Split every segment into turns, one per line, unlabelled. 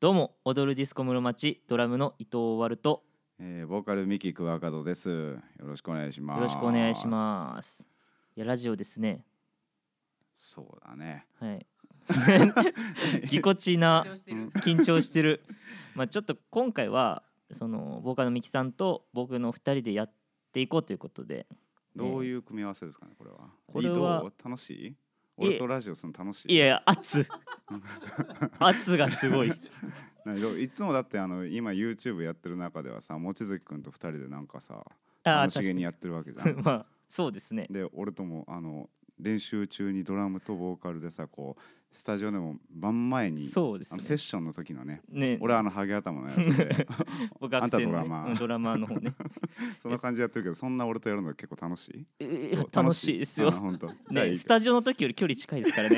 どうも踊るディスコ室町ドラムの伊藤ワルと
えー、ボーカルミキクワカドです。よろしくお願いします。
よろしくお願いしますいやラジオですね
す。そうだ ね。
はいぎこちな
うん
緊張してる まあちょっと今回はそのボーカルのミキさんと僕の二人でやっていこうということで
どういう組み合わせですかね、これは。
これは
どう楽しい俺とラジオするの楽しい
いやいや圧 圧がすごい
なんかいつもだってあの今 YouTube やってる中ではさ望月君と二人でなんかさ
ああ確
楽し
か
げに
に
やってるわけじゃん。
まあそうですね
で俺ともあの練習中にドラムとボーカルでさこうスタジオでも晩前に
そうで
あのセ
す
ッションの時のね
ねね
俺はあのハゲ頭のやつで
僕学生の
あんたドラマ
ねうんドラマの方 ね
そんな感じでやってるけどそんな俺とやるの結構楽しい
えー楽しいです
あ
よ
本当。じゃあ い
ね、
い
スタジオの時より距離近いです から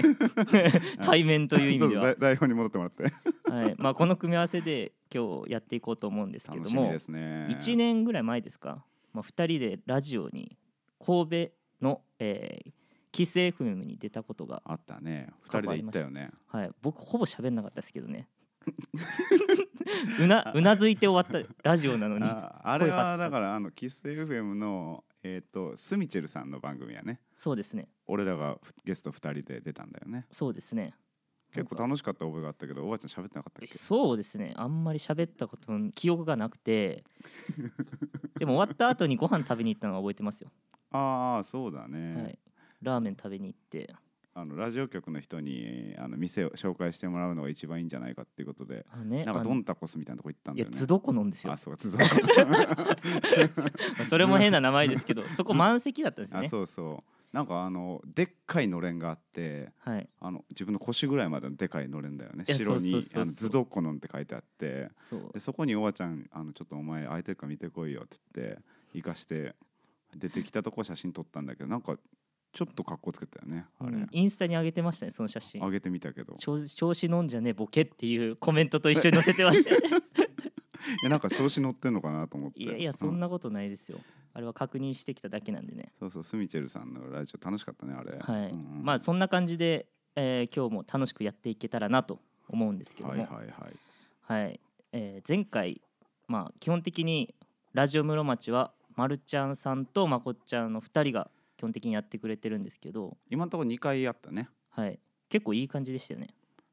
ね対面という意味で
どう
は
ぞ、台台本に戻ってもらって。
はいまあ、この組み合わせで今日やっていこうと思うんですけ
楽
ど
しみ
も
ですね。
1年ぐらい前ですか、まあ、2人でラジオに神戸の、えー、キス FM に出たことが、
あったね。二
過去
人
あり
で行
ま
っ
した
たよね。
はい、僕ほぼ喋んなかったですけど ねうなうなずいて終わったラジオなのに
ああれ
声発
は
す
だからあのキス FM のえっ、とスミチェルさんの番組やね。
そうですね
俺らがふゲスト二人で出たんだよね。
そうですね
結構
なんか
楽しかった覚えがあったけど、おばあちゃん喋ってなかったっけ？
そうですねあんまり喋ったことの記憶がなく てでも終わった後にご飯食べに行ったのは覚えてますよ
ああそうだ
は
ね。
い、ラーメン食べに行って、
あのラジオ局の人にあの店を紹介してもらうのが一番いいんじゃないかっていうことで、
あのね、
なんか
あの
ドンタコスみたいなとこ行ったん
い
だ
や
よね。
ズドコ飲んですよ
あ。そうかズド
まあそれも変な名前ですけど、そこ満席だったんですよ
あ
ね。
そうそう。なんかあのでっかいのれんがあって。
はい、
あの自分の腰ぐらいまでのでかいのれんだよね
いや
白に
そうそうそうそう
あの「ズドコノン」って書いてあって
そう
で。そこにおばちゃんあの「ちょっとお前空いてるか見てこいよ」って言って行かして出てきたとこ写真撮ったんだけどなんかちょっと格好つけたよねあれ、
うんインスタに上げてましたね、その写真
上。げてみたけどい
調子調子飲んじゃねえボケっていうコメントと一緒に載せてま したよね。
やなんか調子乗ってんのかなと思って
いやいや、そん
な、
なことないですよ。あれは確認してきただけなんでね。
そうそうスミチェルさんのラジオ楽しかったねあれ
はい、
うんうん
まあ、そんな感じで、えー今日も楽しくやっていけたらなと思うんですけども。
はいはいはい
はい、えー前回、まあ、基本的にラジオ室町はまるちゃんさんとまこっちゃんの2人が基本的にやってくれてるんですけど、
今のところ2回やったね
はい、結構いい感じでしたよね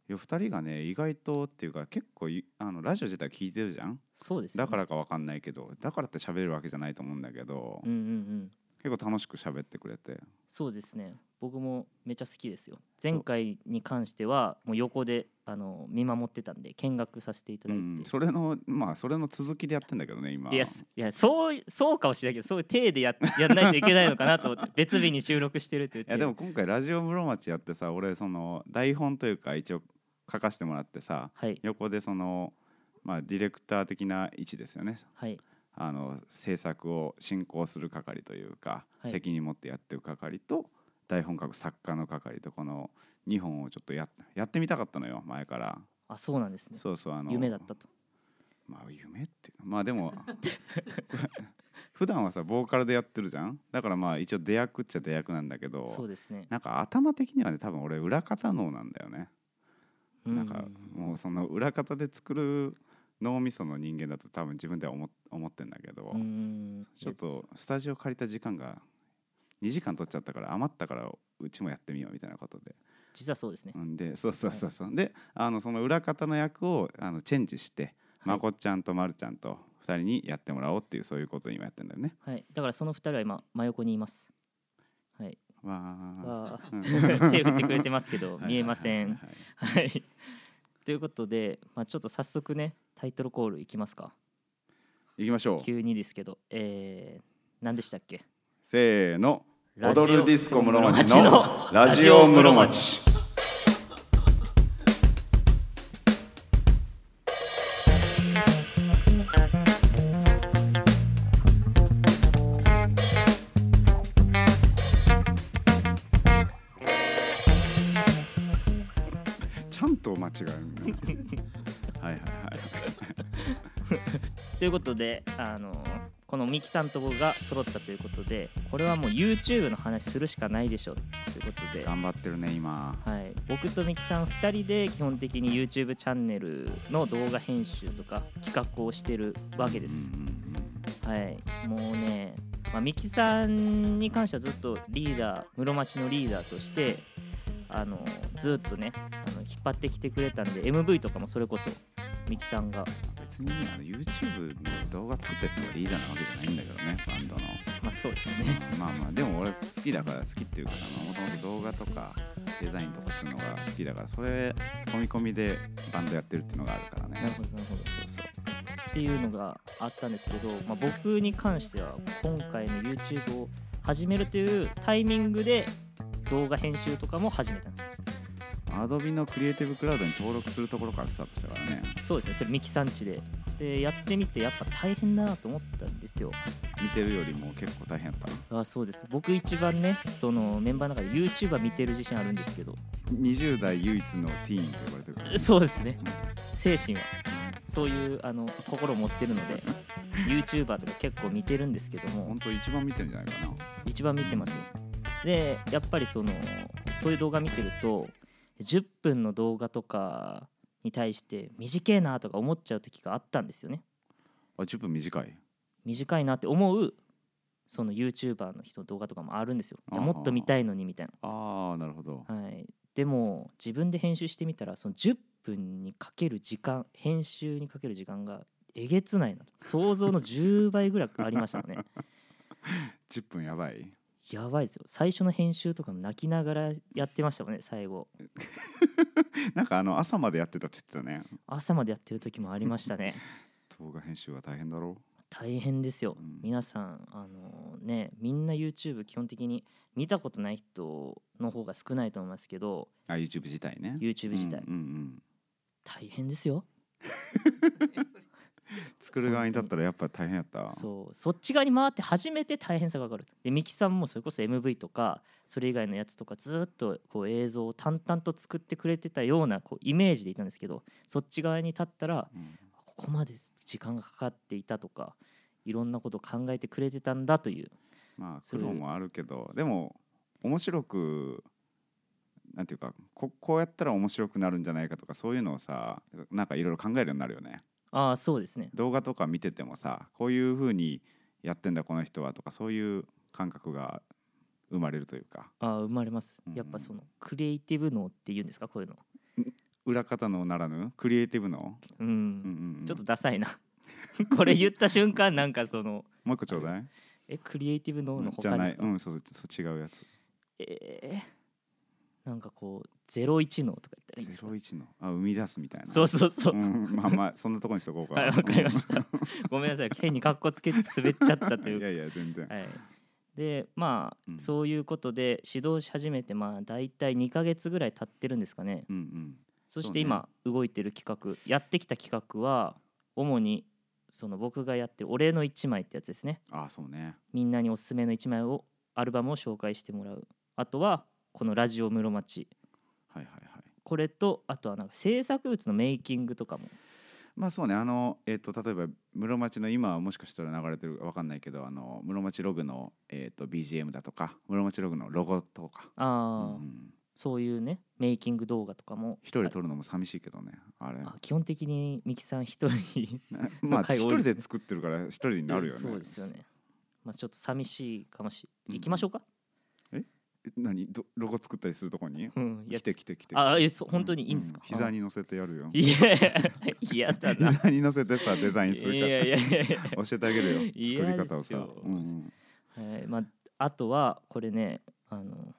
いや2人がね意外とっていうか結構いあのラジオ自体聞いてるじゃん
そうですね
だからかわかんないけどだからって喋れるわけじゃないと思うんだけど、
うんうんうん
結構楽しく喋ってくれて
そうですね僕もめちゃ好きですよ前回に関してはもう横であの見守ってたんで見学させていただいて、
うんそれのまあそれの続きでやってんだけどね今
いやすいやそうそうかもしれないけどそういう体でややんないといけないのかなと思って別日に収録してるって言っ
い
て
やでも今回ラジオ室町やってさ俺その台本というか一応書かせてもらってさ
はい
横でそのまあディレクター的な位置ですよね
はい
あの制作を進行する係というか、
はい
責任持ってやってる係と台本書く作家の係とこの2本をちょっとやっやってみたかったのよ前から、
あそうなんですね
そうそうあの
夢だったと
まあ夢っていうかまあでも 普段はさボーカルでやってるじゃんだからまあ一応出役っちゃ出役なんだけど
そうですね
なんか頭的にはね多分俺裏方脳なんだよね、
な
なんん
か
か
も
もうその裏方で作る脳みその人間だと多分自分では思思ってんだけど、
うん
ちょっとスタジオ借りた時間が2時間取っちゃったから余ったからうちもやってみようみたいなことで
実はそうですね
うんでそうそうそうそう、であのその裏方の役をあのチェンジして、
はい
まこっちゃんとまるちゃんと2人にやってもらおうっていうそういうことを今やってんだよね。
はいだからその二人は今真横にいますはい
わ
わ
うん
ー 手振 ってくれてますけど
ー
見えませ。
はい
ん
はいはいはいはい
はい ということでまあちょっと早速ねタイトルコールいきますか
行きましょう。
急にですけどえー何でしたっけ
せーの。
ラジオ
踊るディスコ室町
の
の ラジオ室町。ちゃんと間違えるね。はいはいはい。
ということであのーこのミキさんと僕が揃ったということでこれはもう YouTube の話するしかないでしょということで、
頑張ってるね今
はい、僕とみきさん2人で基本的に YouTube チャンネルの動画編集とか企画をしてるわけです、
うんうんうん
はいもうね、まあ、みきさんに関してはずっとリーダー室町のリーダーとしてあのずっとねあの引っ張ってきてくれたんで MV とかもそれこそみきさんが
別にあの YouTube の動画作ったやつがリーダーなわけじゃないんだけどねバンドの
まあそうですね
まあまあでも俺好きだから好きっていうかもともと動画とかデザインとかするのが好きだからそれ込み込みでバンドやってるっていうのがあるから
なる
ね
ほどなるほど
そうそう
っていうのがあったんですけど、まあ、僕に関しては今回の YouTube を始めるというタイミングで動画編集とかも始めたんです
Adobe のクリエイティブクラウドに登録するところからスタートしたからね
そうですねそれミキさんちででやってみてやっぱ大変だなと思ったんですよ
見てるよりも結構大変だったな
あそうです僕一番ねそのメンバーの中で YouTuber 見てる自信あるんですけど
20代唯一のティーンと呼ばれてるからね
そうですね精神はそそういうあの心を持ってるので YouTuber とか結構見てるんですけども
本当一番見てるんじゃないかな
一番見てますよでやっぱりそのそういう動画見てると10分の動画とかに対して短いなとか思っちゃう時があったんですよね
あ10分短い
短いなって思うその YouTuber の人の動画とかもあるんですよいや
あー
もっと見たいのにみたい
ああなるほど
な、はい、でも自分で編集してみたらその10分にかける時間編集にかける時間がえげつないなと想像の10倍ぐらいありました ね
10分やばい
やばいですよ最初の編集とかも泣きながらやってましたもんね最後
なんかあの朝までやってたって言ってたね
朝までやってる時もありま したね
動画編集は大変だろ
大変ですよ、
うん
皆さんあのねみんな YouTube 基本的に見たことない人の方が少ないと思いますけど
あ YouTube 自体ね
YouTube 自体、
うんうんうん
大変ですよ
作る側に立ったらやっぱ大変やった
そうそっち側に回って初めて大変さが分かるでミキさんもそれこそ MV とかそれ以外のやつとかずっとこう映像を淡々と作ってくれてたようなこうイメージでいたんですけどそっち側に立ったら
うん
ここまで時間がかかっていたとかいろんなことを考えてくれてたんだという
まあ
そ
苦
れ
労もあるけどでも面白くなんていうかここうやったら面白くなるんじゃないかとかそういうのをさなんかいろいろ考えるようになるよね
ああそうですね
動画とか見ててもさこういうふうにやってんだこの人はとかそういう感覚が生まれるというか
あー生まれます、
うん
やっぱそのクリエイティブ脳っていうんですかこういうの
裏方のならぬクリエイティブの、
うん、
うんうんうん
ちょっとダサいな これ言った瞬間なんかその
もう一個ちょうだい
えクリエイティブ脳の
じゃ
他
な
で
い
すか、
うんそうそう違うやつ
えーなんかこう「01脳」とか言ったらいいんですか
01のあ生み出すみたいな
そうそうそう、
うん、まあまあそんなとこにしとこうか
はいわかりま したごめんなさい変に格好つけて滑っちゃったと
う
い
ん
う
いやいや全然、
はい、でまあ、
うん
そういうことで指導し始めてまあ大体2ヶ月ぐらい経ってるんですかね
うんうん
そし
そう
て
ね
今動いてる企画やってきた企画は主にその僕がやってる「お礼の一枚」ってやつですね
ああそうね
みんなにおすすめの一枚をアルバムを紹介してもらうあとはこの「ラジオ室町
はいはいはい」
これとあとはなんか制作物のメイキングとかも
まあそうねあのえっ、と例えば室町の今はもしかしたら流れてるかわかんないけどあの室町ログの、えー、と BGM だとか室町ログのロゴとか
あー、
うんうん
そういうねメイキング動画とかも
一人で撮るのも寂しいけどねあれ
あ基本的にミキさん一人
な まあ
回
一
多い
人
ですね
で作ってるから一人になるよね
そうですよね。まあちょっと寂しいかもし
うん
行きましょうか。
え何どロゴ作ったりするとこに
うん、や
来て来て来て
あえそう本当にいいんですか。
う膝に乗せてやるよ
あ。いやいやだな。
膝に乗せてさデザイン
い
する
や
か
い
ら
やいやいや。
教えてあげるよ
嫌
作り方を
です
さ
よ、
うんうん
はいまああとはこれねあのこ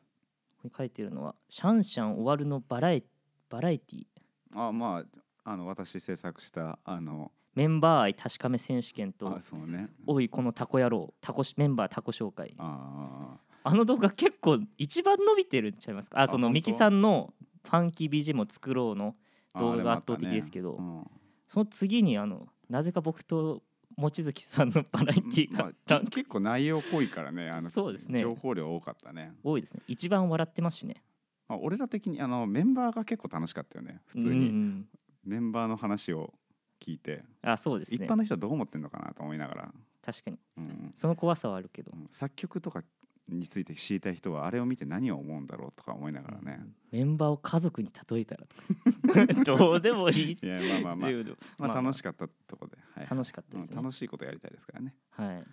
こに書いてるのはシャンシャン終わるのバラエバラエティ
あまああの私制作したあの
メンバー愛確かめ選手権と
あ。そ うね
おいこのタコ野郎タコメンバータコ紹介
あ
あの動画結構一番伸びてるんちゃいますかあその
本当
ミキさんのファンキー BGM を作ろうの
あ
動画が
あれもあったね
圧倒的ですけど
うん
その次にあのなぜか僕と望月さんのバラエティー
ま
が
あ、け結構内容濃いからねあの
そうですね
情報量多かったね、
多いですね一番笑ってますしね
まあ、俺ら的にあのメンバーが結構楽しかったよね普通
うんう
に
ん
メンバーの話を聞いて、
あそうです
一
ね
般の人はどう思ってんのかなと思いながら、
確かに
うん
その怖さはあるけど
うん作曲とかについて知りたい人はあれを見て何を思うんだろうとか思いながらね、
メンバーを家族に例えたら とかどうでもいいって
いやまあまあまあ
いうの
まあ楽し
か
かったとこで、はい
楽しかったです
うん
ね、
楽しいことやりたいですからね
はい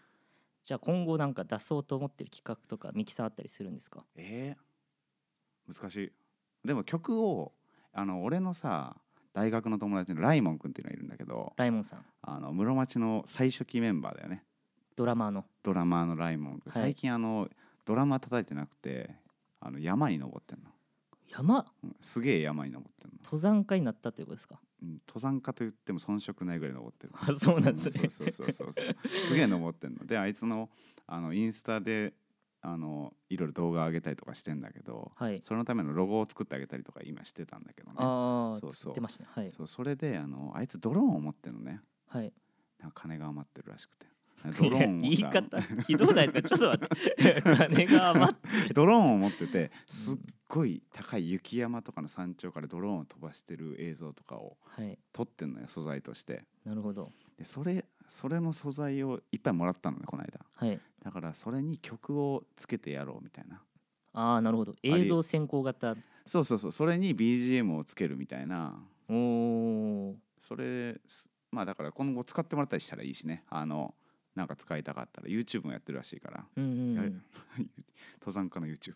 じゃあ今後なんか出そうと思ってる企画とかミキさんあったりするんですか
えー難しいでも曲をあの俺のさ大学の友達のライモン君っていうのがいるんだけど
ライモンさん
あの室町の最初期メンバーだよね
ドラマーの
ドラマーのライモン君
はい
最近あの、ドラマ叩いてなくてあの山に登ってんの、
山
うんすげえ山に登ってんの、
登山家になったということですか
うん、登山家と言っても遜色ないぐらい登ってる
あそうなんです
う
ね
んそうそうそうそうすげえ登ってんのであいつのあのインスタであのいろいろ動画上げたりとかしてんだけど
はい
それのためのロゴを作ってあげたりとか今してたんだけどね
ああ
そうそう
作ってましたねはい
そうそれであのあいつドローンを持ってるのね
はい
なんか金が余ってるらしくてドローンを
い や言い
さ
方ひどないですかちょっと待っ て金が余って
ドローンを持っててすっごい高い雪山とかの山頂からドローンを飛ばしてる映像とかを
はい
撮ってんのよ素材として
なるほど
でそれそれの素材をいっぱいもらったのねこの間
はい
だからそれに曲をつけてやろうみたいな
ああなるほど映像先行型
そうそうそうそれに BGM をつけるみたいな
おお
それすまあだから今後使ってもらったりしたらいいしねあのなんか使いたかったら YouTube もやってるらしいから
うんうんう
はい
ん
登山家の YouTube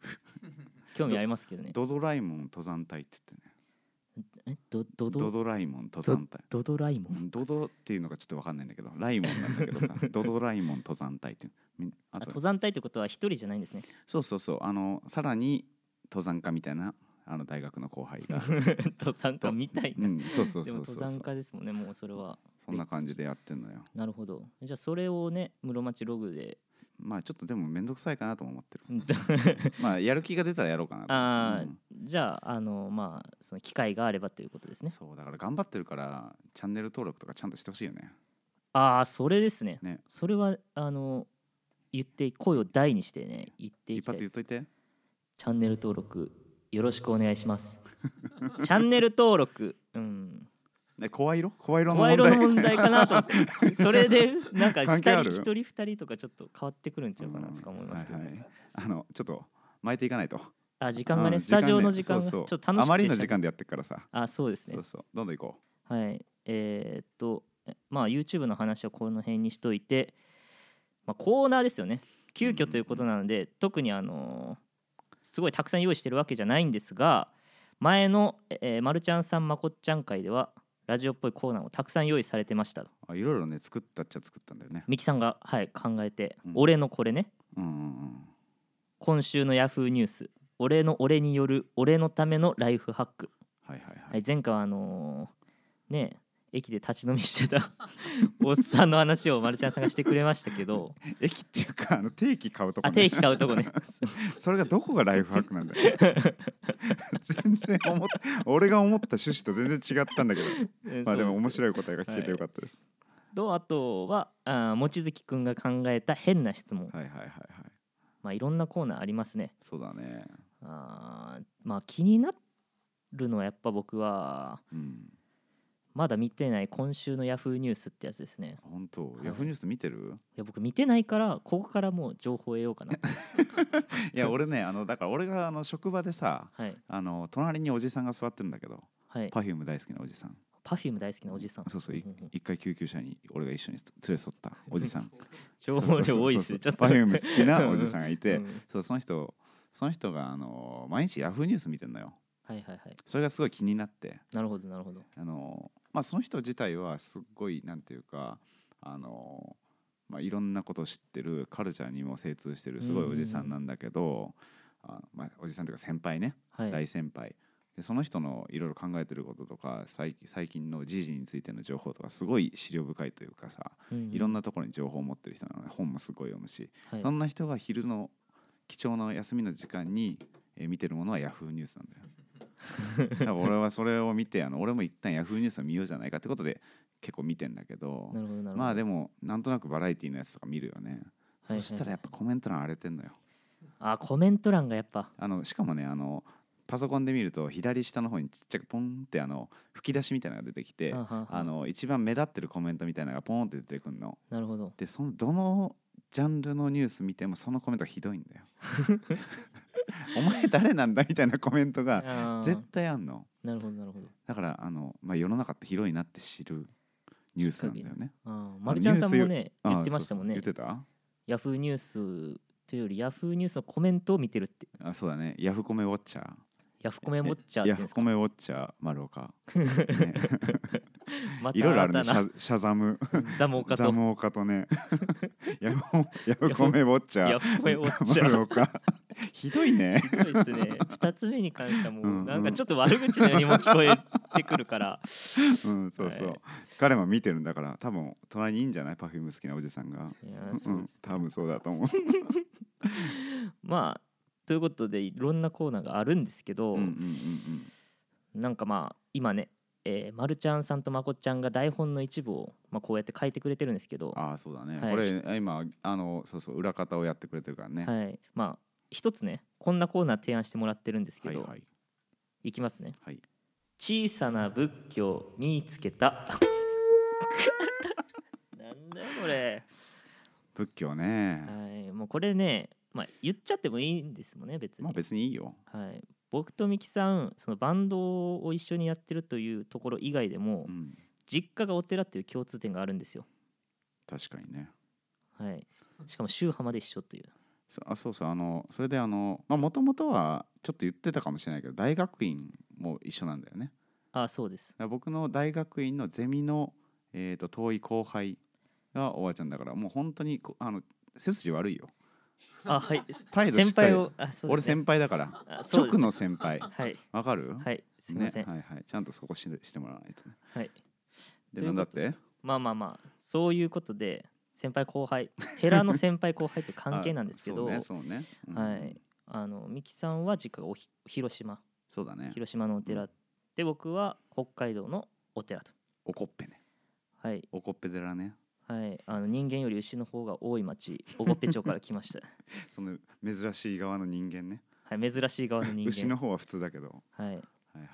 興味ありますけどね
ドドライモン登山隊って言ってね
えどど
ド
ど
ドライモン登山隊
ドドライモン
ドドっていうのがちょっと分かんないんだけどライモンなんだ けどさドドライモン登山隊っていうみあ
あ
と
登山隊ってことは一人じゃないん ですね
そうそうそうあのさらに登山家みたいなあの大学の後輩 が
登山家みたいな、
うんそうそう
で
そ
も
うそう
登
そう
山家ですもんねもうそれは
そんな感じでやってんのよ
なるほどじゃあそれをね室町ログ で
まあちょっとでも面倒くさいかなとも思ってるまあやる気が出たらやろうかなと
ああ、
うん
じゃああのまあその機会があればということですね
そうだから頑張ってるからチャンネル登録とかちゃんとしてほしいよね
ああそれですね
ね
それはあの言って声を大にしてね言ってい
一
きたい
発
で
言っ
す
といて
チャンネル登録よろしくお願いしますチャンネル登録うん
ね声色声色の
声
問
色の
題
問題かなと思 ってそれでなんか
関係ある
2人一人二人とかちょっと変わってくるんちゃうかなとか思いますけど、
うんはいはいあのちょっと巻いていかないと
あ時間がね、
うん
スタジオの時間が
そう
ちょ
そ
っ
う
と楽しくて
あまりの時間でやってっからさ
あそうですね
そうそうどんどん行こ
はいえーっとえまあ YouTube の話はこの辺にしといて、まあ、コーナーですよね急遽ということなので、特にあのーすごいたくさん用意してるわけじゃないんですが前の、えーまるちゃんさんまこっちゃん会ではラジオっぽいコーナーをたくさん用意されてました
うあいろいろね作ったっちゃ作ったんだよね
みきさんが、はい、考えて、
うん
俺のこれね
うんうん
今週のヤフーニュース俺の俺による俺のためのライフハック、
はいはいはい、
はい、前回はあのーね駅で立ち飲みして たおっさんの話をまるちゃんさんがしてくれましたけど
駅っていうかあの定期買うとこ、
あ
ね、
定期買うとこね
それがどこがライフハックな んだよ全然思っ俺が思った趣旨と全然違ったんだけど
うん
まあでも
そう
面白い答えが聞けてよかったです、
とあとはあー望月くんが考えた変な質問、い、
はい、はいはいはいはい
まあいろんなコーナーありますね
そうだね
あーまあ気になるのはやっぱ僕は
うん
まだ見てない今週のヤフーニュースってやつですね
本当、
い
ヤフーニュース見てる
いや僕見てないからここからもう情報を得よう かな
い や俺ねあのだから俺があの職場でさ
はい
あの隣におじさんが座ってるんだけど
はい
パフューム大好きなおじさん
パフューム大好きなおじさん
そうそうい
んんん
一回救急車に俺が一緒に連れ添ったおじ さん
情報量多いっすねちょっと
パフューム好きなおじさんがいて、
うん
そうその人その人があの毎日ヤフーニュース見てんのよ
はいはいはい
それがすごい気になって
なるほどなるほど
あのまあその人自体はすっごいなんていうかあのまあいろんなことを知ってるカルチャーにも精通してるすごいおじさんなんだけど、あのまあ、おじさんというか先輩ね、
はい
大先輩でその人のいろいろ考えてることとか最最近の時事についての情報とかすごい資料深いというかさ、いろん
な、
なところに情報を持ってる人なので本もすごい読むし、
はい
そんな人が昼の貴重な休みの時間に、えー見てるものはヤフーニュースなんだよ。 だから俺はそれを見てあの俺も一旦ヤフーニュースを見ようじゃないかってことで結構見てんだけど
なるほどなるほど
まあで
も
もなんとなくバラエティのやつとか見るよ
は
ね、
いはいはい
そしたらやっぱコメント欄荒れてんのよ
あコメント欄がやっぱ
あのしかもねあのパソコンで見ると左下の方にちっちゃくポンってあの吹き出しみたいなのが出てきて、
はんはんはん
あの一番目立ってるコメントみたいなのがポンって出てくるの
なるほど
でそのどのジャンルのニュース見てもそのコメントがひどいん だよお前誰なんだみたいなコメントが
あー
絶対あんの
なるほどなるほど
だからあの、まあ、世の中って広いなって知るニュースなんだよね
あーマルちゃんさんもね
あー
言ってましたもんね
そうそう言って
ヤフーニュースというよりヤフーニュースのコメントを見てるって
たあそうだねヤフコメウォッチャー
ヤフコメウォッチャーって言うん
ヤフ
ですか
コメウォッチャー 丸岡、ね、
また
いろいろあるね
新
シ
たな
ャシャザム
ザモカ
ザ
と
ムオカ とねヤフヤフコメウォッチャー
ヤフコメウォッチャー
丸岡ひどいね
ひどいですね2つ目に関してはも
うんう
うんなんかちょっと悪口のようにも聞こえてくる から
うんそうそう、
はい
彼も見てるんだから多分隣にいいんじゃないパフューム好きなおじさんが
いやーそううんです
多分そうだと思う
まあということでいろんなコーナーがあるんですけど、
うんうんうん
なんかまあ今ね、えー、まるちゃんさんとまこちゃんが台本の一部を、まあ、こうやって書いてくれてるんですけど、
ああそうだね、
はい
これ今あのそうそう裏方をやってくれてるからね、い、
はい、まあ一つねこんなコーナー提案してもらってるんですけ
はい
ど、
はいい
きますね
はい
小さな仏教見つけた なんだよこれ、
仏教ね、
はい、もうこれね、まあ、言っちゃってもいいんですもんね別に、
まあ別にいいよ
はい、僕とミキさんそのバンドを一緒にやってるというところ以外でも、
うん
実家がお寺っていう共通点があるんですよ、
確かにね
はい、しかも宗派まで一緒という
そあそうそうあのそれであのもともとはちょっと言ってたかもしれないけど大学院も一緒なんだよね
あそうです
だから僕の大学院のゼミの、えー、と遠い後輩がおばあちゃんだからもう本当にこあの背筋悪いよ
あはい
態度しっ
先
かり
輩をあそうで
俺
す、ね、
先輩だから
あそうです
直の先輩
はい
わかる
はいすみません、
ね、はいはいちゃんとそこししてもらわないとね
はい
で
とい
な
うんこ
だっ
と
て
まあまあまあそういうことで先輩後輩寺の先輩後輩という関係なんですけど
あそうねそうね、うん
はいあの美樹さんは実家がおひ広島
そうだね
広島のお寺で僕は北海道のお寺と
おこっぺね
はい
おこっぺ寺ね
はいあの人間より牛の方が多い町小国辺町から来ま した
その珍しい側の人間ね
はい珍しい側の人間
牛の方は普通だけど
はい
はいはい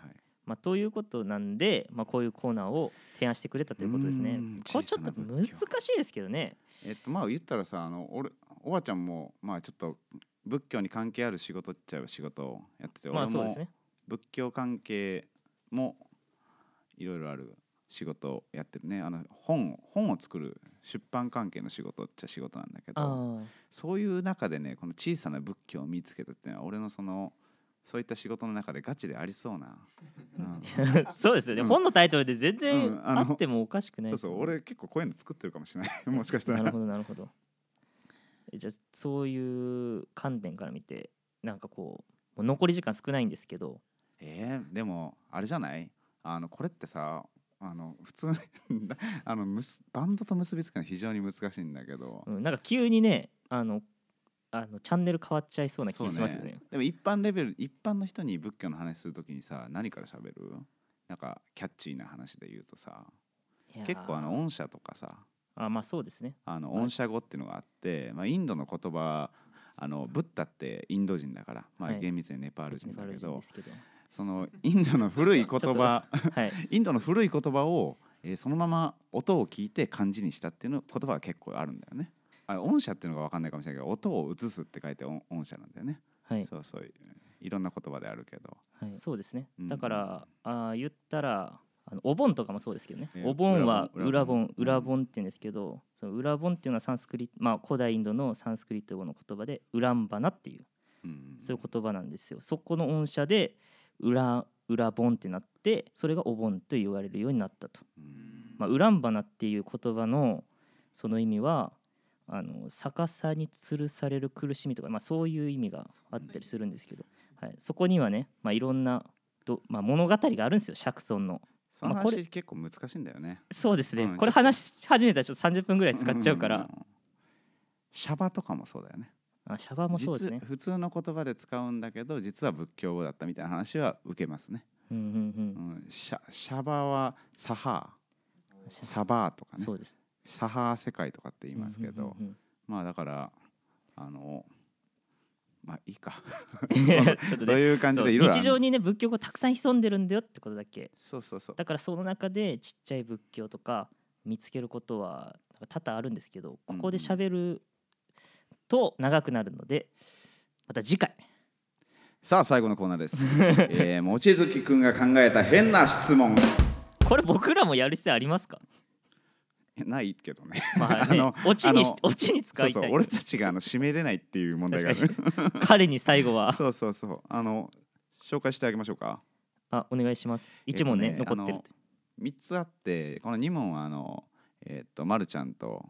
まあ、ということなんで、まあ、こういうコーナーを提案してくれたということですね
うん。
これちょっと
小さな
難
仏
し
教
いですけどね。
えっとまあ言ったらさあの俺おばあちゃんもまあちょっと仏教に関係ある仕事っちゃう仕事をやってて、
まあ
俺
そう
も
ですね。
仏教関係もいろいろある仕事をやってるねあの本を本を作る出版関係の仕事っちゃ仕事なんだけ
あ
ど
ー
そういう中でねこの小さな仏教を見つけたっていうのは俺のそのそういった仕事の中でガチでありそうな、うん、
そうですよね、
うん
本のタイトルで全
う
然
んあの
あってもおかしくない
そ
で
う
す
そ
よね
う俺結構こういうの作ってるかもしれな いもしかした
なる
ら
ほどなるほどえじゃあそういう観点から見てなんかこうもう残り時間少ないんですけど
えー、でもあれじゃないあのこれってさあの普通に あのむすバンドと結びつくのは非常に難しいんだけど、
うんなんか急にねあのあのチャンネル変わっちゃいそうな気がしますよね
でも一般レベル一般の人に仏教の話するときにさ何から喋るなんかキャッチーな話で言うとさ
いやー
結構あの御社とかさ
あまあそうですね
あの
はい
御社語っていうのがあって、まあ、インドの言葉あのブッダってインド人だから、まあ、
はい
厳密にネパール人
ネパー
だけ
ル
ど、
人ですけど
そのインドの古い 言
ちょっと
葉
はい
インドの古い言葉を、えーそのまま音を聞いて漢字にしたっていうの言葉が結構あるんだよね。あ音社っていうのが分かんないかもしれないけど音を移すって書いて音音社なんだよね。
はい
そうそういろんな言葉であるけど。
はい、そうですね、
うん
だからあー言ったらあのお盆とかもそうですけどね
ね
お盆は裏
裏
盆
盆
裏
裏盆
盆って言うんですけどその裏盆っていうのはサンスクリット、まあ、古代インドのサンスクリット語の言葉でウランバナっていう
うん
そういう言葉なんですよそこの音社で裏裏盆ってなってそれがお盆と言われるようになったと、
うん
まあ、ウランバナっていう言葉のその意味はあの逆さに吊るされる苦しみとか、まあ、そういう意味があったりするんですけど、はい、そこにはね、まあ、いろんなど、まあ、物語があるんですよシャクソンの
その
まあこれ
話結構難しいんだよね。
そうですね、
うん
これ話し始めたらちょっと30分ぐら い使っちゃうから、
んんん。シャバとかもそうだよね。
あシャバもそうですね
実普通の言葉で使うんだけど実は仏教語だったみたいな話は受けますね。
うんうん
う
うん
ん、シャシャバはサハ
シ
ー
ャ
サバーとかね
そうです
サハー世界とかって言いますけど。
うんうんうん
まあだからあのまあいいか
ちょっと
そう
ね
いう感じ
そう
でいろいろあ
日常
る
にね仏教がたくさん潜んでるんだよってことだけ
そうそうそう
だからその中でちっちゃい仏教とか見つけることは多々あるんですけどここで喋ると長くなるのでまた次回
さあ最後のコーナーです、えー、望月くんが考えた変な質問
これ僕らもやる必要ありますか
ないけど ね
まあね
あの
オチにし
あの
オチに使
そう
いた
そ
いう
俺たちがあの締めれないっていう問題がある
確彼に最後は
そうそうそうあの紹介してあげましょうか
あお願いします一問ね,、
えと
残ってるって
あの3つあってこの2問はあのえっ、とまるちゃんと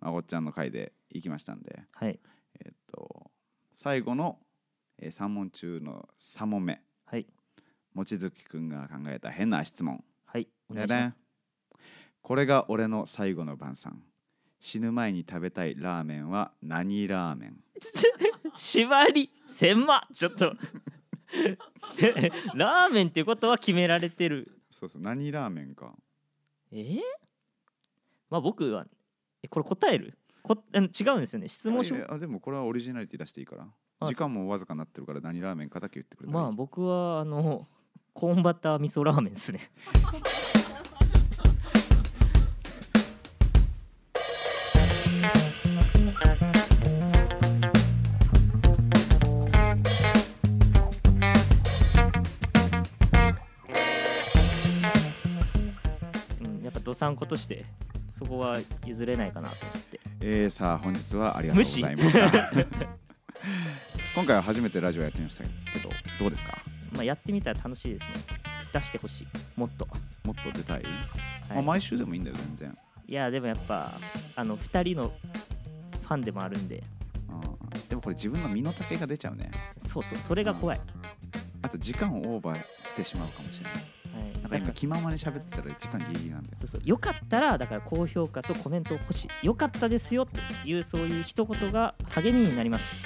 まごっちゃんの回で行きましたんで
はい
えっ、と最後の、え3問中の3問目
はい
望月くんが考えた変な質問
はいお願
だ
いしま
ね
す
これが俺の最後の晩餐死ぬ前に食べたいラーメンは何ラーメン
縛り千万ちょっと ラーメンっていうことは決められてる
そうそう何ラーメンか
えー、まあ僕はえこれ答えるこあの違うんですよね質問し
いやいやでもこれはオリジナリティ出していいから
あ
時間もわずかになってるから何ラーメンかだけ言ってくれたらいい
まあ僕はあのコーンバター味噌ラーメンですねうんやっぱどさんことしてそこは譲れないかなと思って
えー、さあ本日はありがとうございました 今回は初めてラジオやってみましたけどどうですか
まあやってみたら楽しいですね出してほしいもっと、
もっと出た
は
い、
い
まあ、毎週でもいいんだよ全然
いやでもやっぱあの2人のファンでもあるんで
うんでもこれ自分の身の丈が出ちゃうね
そうそうそれが怖い、
あと時間をオーバーしてしまうかもしれない
はい、
なんかやっ
で
ぱ
も
気ままに喋ってたら時間ギリギリなんで
そうそうよかったらだから高評価とコメントを欲しいよかったですよっていうそういう一言が励みになります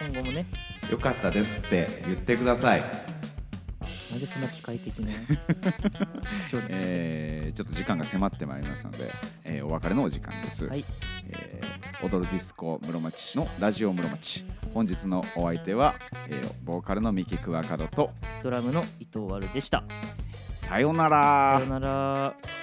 今後もね
よかったですって言ってください
なんでそんな機械的 な貴重な
えーちょっと時間が迫ってまいりましたので、えーお別れのお時間です、
はい
えー踊るディスコ室町市のラジオ室町本日のお相手は、えーボーカルの三木クワカドと
ドラムの伊藤るでした
さような
さ
ら
よなら